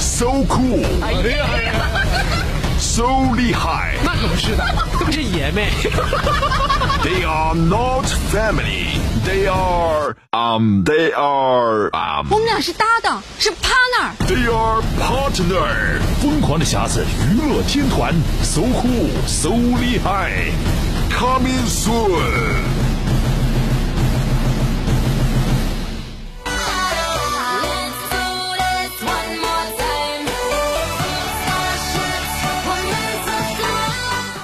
So cool, so 厉害。那可不是的，这不是爷们。 They are not family. They are um. They are um. 我们俩是搭档，是 partner。 They are partner. 疯狂的匣子娱乐天团，so cool, so 厉害。Coming soon.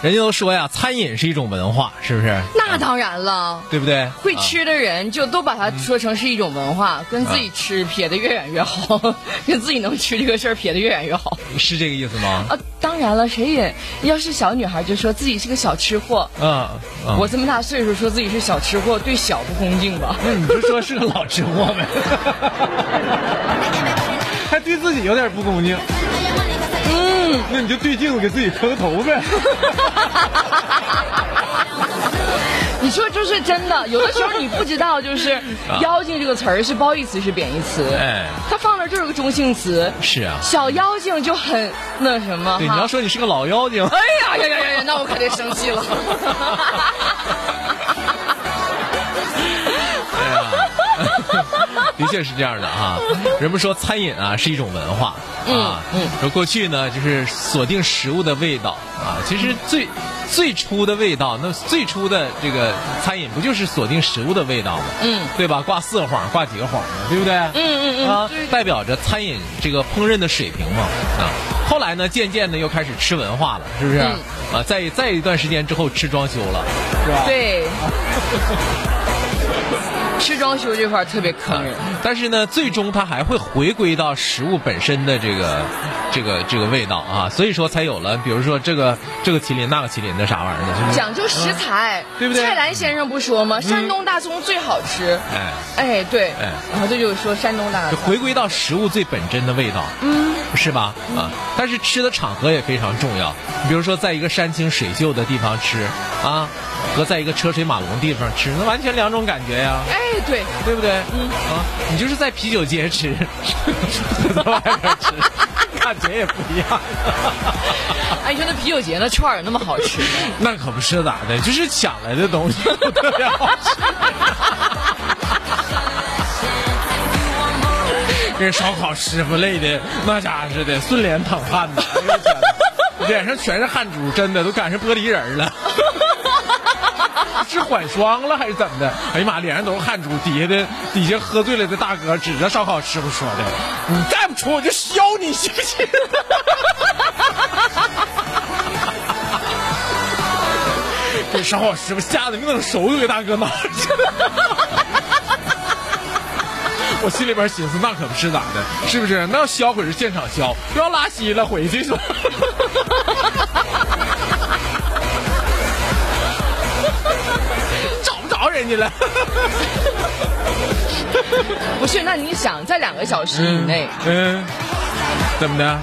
人家都说呀，餐饮是一种文化，是不是？ 那当然了。对不对？会吃的人就都把它说成是一种文嗯化，跟自己吃撇得越远越好， 跟自己能吃这个事儿撇得越远越好。是这个意思吗？啊，当然了，谁也要是小女孩就说自己是个小吃货，嗯，嗯我这么大岁数说自己是小吃货，对小不恭敬吧？ 那你就说是个老吃货 呗，还对自己有点不恭敬。嗯，那你就对镜子给自己磕个头呗。你说就是真的，有的时候你不知 道，就是啊“妖精”这个词儿是褒义词是贬义词，哎，它放那儿就是个中性词。是啊，小妖精就很那什么对，你要哈。说你是个老妖精，哎呀呀呀呀呀！那我可得生 气了。 的确是这样的 哈、人们说餐饮啊是一种文化啊，嗯，说过去呢就是锁定食物的味道啊，其实最最初的味道，那最初的这个餐饮不就是锁定食物的味道吗？嗯，对吧？挂四晃，挂几个晃嘛，对不对？嗯嗯嗯，啊，代表着餐饮这个烹饪的水平嘛啊。后来呢，渐渐的又开始吃文化了，是不是？啊，在在一段时间之后吃装修了，是吧？对， 吃装修这块儿特别坑人。但是呢，最终它还会回归到食物本身的这个、这个、这个味道啊，所以说才有了，比如说这个、这个麒麟、那个麒麟的啥玩意儿的，就是讲究食材，对不对嗯蔡澜先生不说吗？山东大葱最好吃。哎，哎，对，哎然后这就说山东大就葱。回归到食物最本真的味道，嗯，是吧？啊，但是吃的场合也非常重要，你比如说在一个山清水秀的地方吃啊，和在一个车水马龙的地方吃，那完全两种感觉呀。哎，对，对不对？嗯啊，你就是在啤酒节吃， 和在外边吃， 感觉也不一样。 哎，你说那啤酒节那串儿有那么好吃吗？ 那可不是咋的，就是抢来的东西不得了。 这烧烤师傅累的那家似的，顺脸淌汗呐，哎呦我天哪脸上全是汗珠，真的都赶上玻璃人了。是缓霜了还是怎么的？哎呀妈，脸上都是汗珠，底下的底下喝醉了的大哥指着烧烤师傅说的：“你再不出我就削你，信不信？”给烧烤师傅吓得那种手都给大哥拿去 我心里边寻思，那可不是咋的，是不是？那要削可是现场削，不要拉稀了回去说。找不着人家了，不是，那你想，在两个小时以内，嗯，怎么的？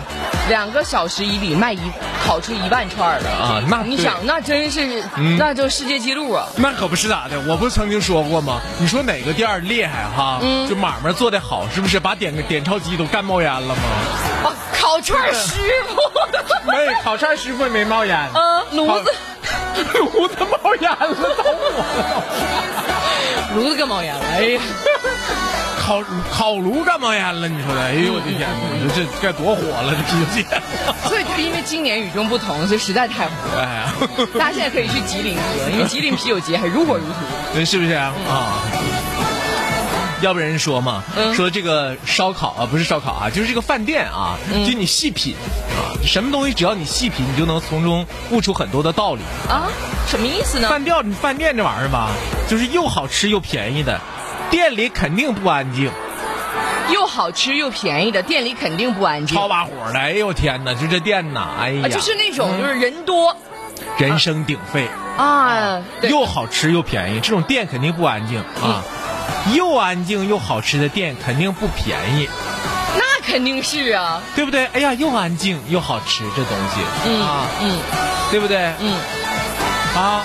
两个小时以里卖一烤出一万串儿来啊那你对嗯想，那真是，那就世界纪录啊！那可不是咋的，我不是曾经说过吗？你说哪个店儿厉害哈？就买卖做得好，是不是？把点个点钞机都干冒烟了吗？哇，啊烤串嗯儿师傅，没，烤串师傅没冒烟，嗯，炉子， 炉子冒烟了，着火了。炉子更冒烟了，哎呀，烤烤炉干冒烟了，你说的？哎呦我的天哪！你说这该多火了，这啤酒节！所以就因为今年与众不同，所以实在太火 了。哎呀，大家现在可以去吉林喝，因为吉林啤酒节还如火如荼。是不是啊？啊要不然人说嘛，说这个烧烤啊，不是烧烤啊，就是这个饭店啊，就你细品啊，什么东西只要你细品，你就能从中悟出很多的道理。啊，什么意思呢？饭店你饭店这玩意儿吧，就是又好吃又便宜的，店里肯定不安静。又好吃又便宜的，店里肯定不安静超。把火的，哎呦天哪，就这店呐，哎呀，啊，就是那种就是人多人声鼎沸，啊，对，又好吃又便宜，这种店肯定不安静啊。嗯又安静又好吃的店肯定不便宜，那肯定是啊，对不对？哎呀，又安静又好吃这东西，嗯啊，嗯对不对？嗯，啊，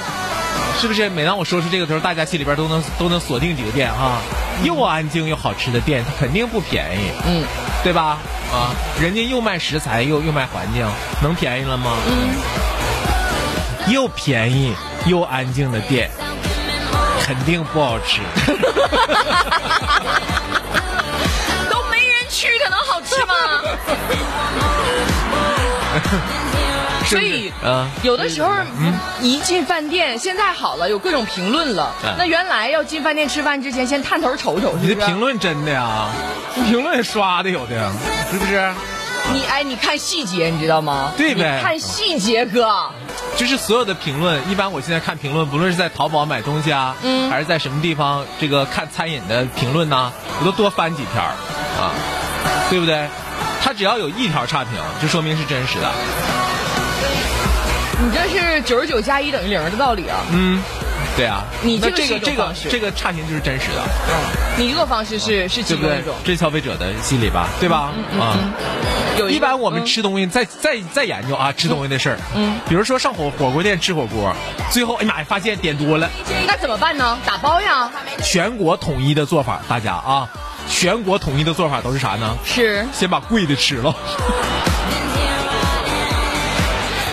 是不是？每当我说出这个的时候，大家心里边都能都能锁定几个店啊，又安静又好吃的店，它肯定不便宜，嗯，对吧？啊，人家又卖食材又又卖环境，能便宜了吗？嗯，又便宜又安静的店，肯定不好 吃。都没人去，它能好吃 吗？是所不是以啊，有的时候一进饭店，现在好了，有各种评论了嗯。那原来要进饭店吃饭之前，先探头瞅瞅，你这是不是？啊评论真的呀？你评论刷的有的，是不是？你哎，你看细节，你知道吗？对呗你看细节，哥，就是所有的评论，一般我现在看评论，不论是在淘宝买东西啊，嗯还是在什么地方这个看餐饮的评论呐、我都多翻几条儿啊，对不对？他只要有一条差评，就说明是真实的。你这是九十九加一等于零的道理啊！嗯，对啊，你那这这个是个这一种个方式这个差评就是真实的，你这个方式是是对其不中对一种？，嗯这是消费者的心理吧，对吧？啊。有一个般我们嗯吃东西，再再再研究啊，吃东西的事儿。嗯，比如说上火火锅店吃火锅，最后哎呀妈呀，发现点多了，嗯那怎么办呢？打包呀，全国统一的做法，大家啊，全国统一的做法都是啥呢？是先把贵的吃了，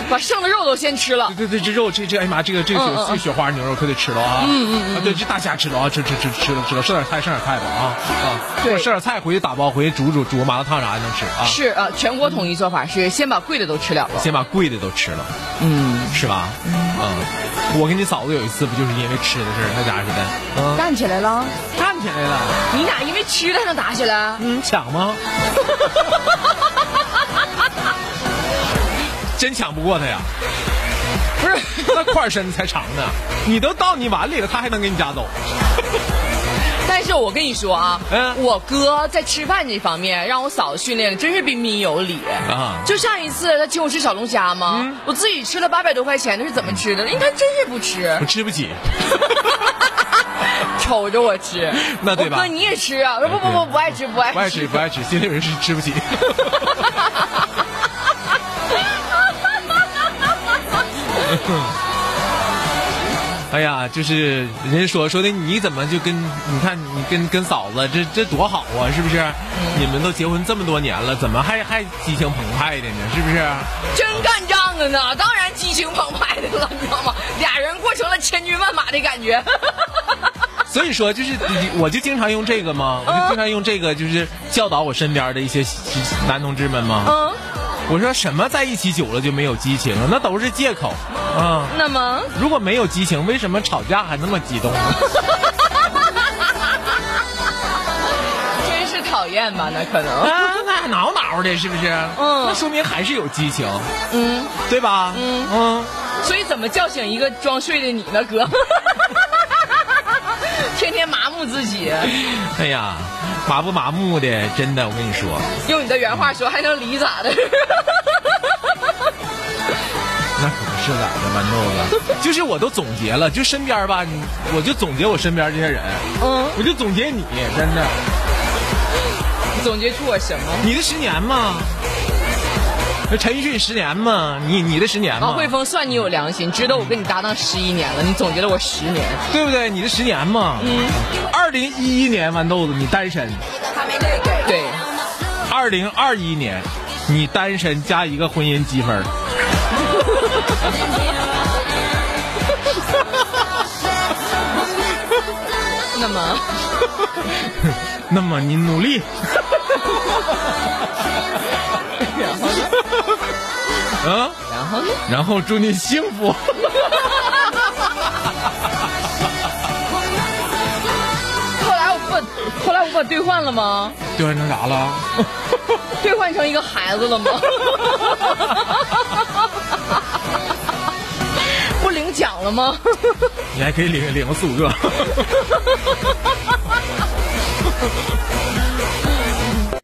把剩的肉都先吃了。 对对，这肉这这哎呀妈，这个这个嗯嗯雪嗯这个雪花牛肉可得吃了啊！嗯嗯啊，对，这大虾吃了啊，吃吃吃吃了吃了，剩点菜剩点菜吧啊啊，对剩点菜回去打包回去煮煮煮个麻辣烫啥的能吃啊，是呃，全国统一做法是先把贵的都吃了了。先把贵的都吃了，嗯，是吧？嗯，我跟你嫂子有一次不就是因为吃的事儿，那家似的，嗯，干起来了。干起来了。你俩因为吃的还能打起来？嗯，抢 吗？真抢不过他呀！不是，那块儿身才长呢，你都到你碗里了，他还能给你夹走？但是我跟你说啊，嗯我哥在吃饭这方面让我嫂子训练的真是彬彬有礼啊嗯就上一次他请我吃小龙虾嘛，我自己吃了八百多块钱，那是怎么吃的？人家真是不吃 我，吃不起，瞅着我吃，那对吧我哥你也吃啊？我说不不不，不爱吃，不爱吃，不爱吃，不爱吃，心里有人是吃不起。 哎呀，就是人家说说的，你怎么就跟你看你跟跟嫂子这这多好啊，是不是？你们都结婚这么多年了，怎么还还激情澎湃的呢？是不是？真干仗了呢，当然激情澎湃的 了，你知道吗？俩人过成了千军万马的感觉。 所以说，就是你我就经常用这个嗯嘛，我就经常用这个，就是教导我身边的一些男同志们嘛。嗯，我说什么在一起久了就没有激情了，那都是借口啊、那么如果没有激情，为什么吵架还那么激动呢？真是讨厌吧？那可能。啊，那挠挠的，是不是？嗯那说明还是有激情，嗯，对吧？嗯嗯，所以怎么叫醒一个装睡的你呢，哥？ 天天麻木自己，哎呀，麻不麻木的，真的，我跟你说，用你的原话说，还能离咋的？ 那可不是咋的，豌豆子。就是我都总结了，就身边吧，你我就总结我身边这些人，嗯，我就总结你，真的，总结出我什么？你的十年嘛，陈奕迅十年嘛，你你的十年嘛啊王，慧峰，算你有良心，知道我跟你搭档十一年了，你总结了我十年，对不对？你的十年嘛，嗯，二零一一年豌豆子你单身，对，二零二一年，你单身加一个婚姻积分儿。那么那么你努力。啊，然后呢？然后祝你幸福。后来我不，后来我把兑换了吗？兑换成啥了？兑换成一个孩子了吗？ 不领奖了吗？你还可以领领四五个。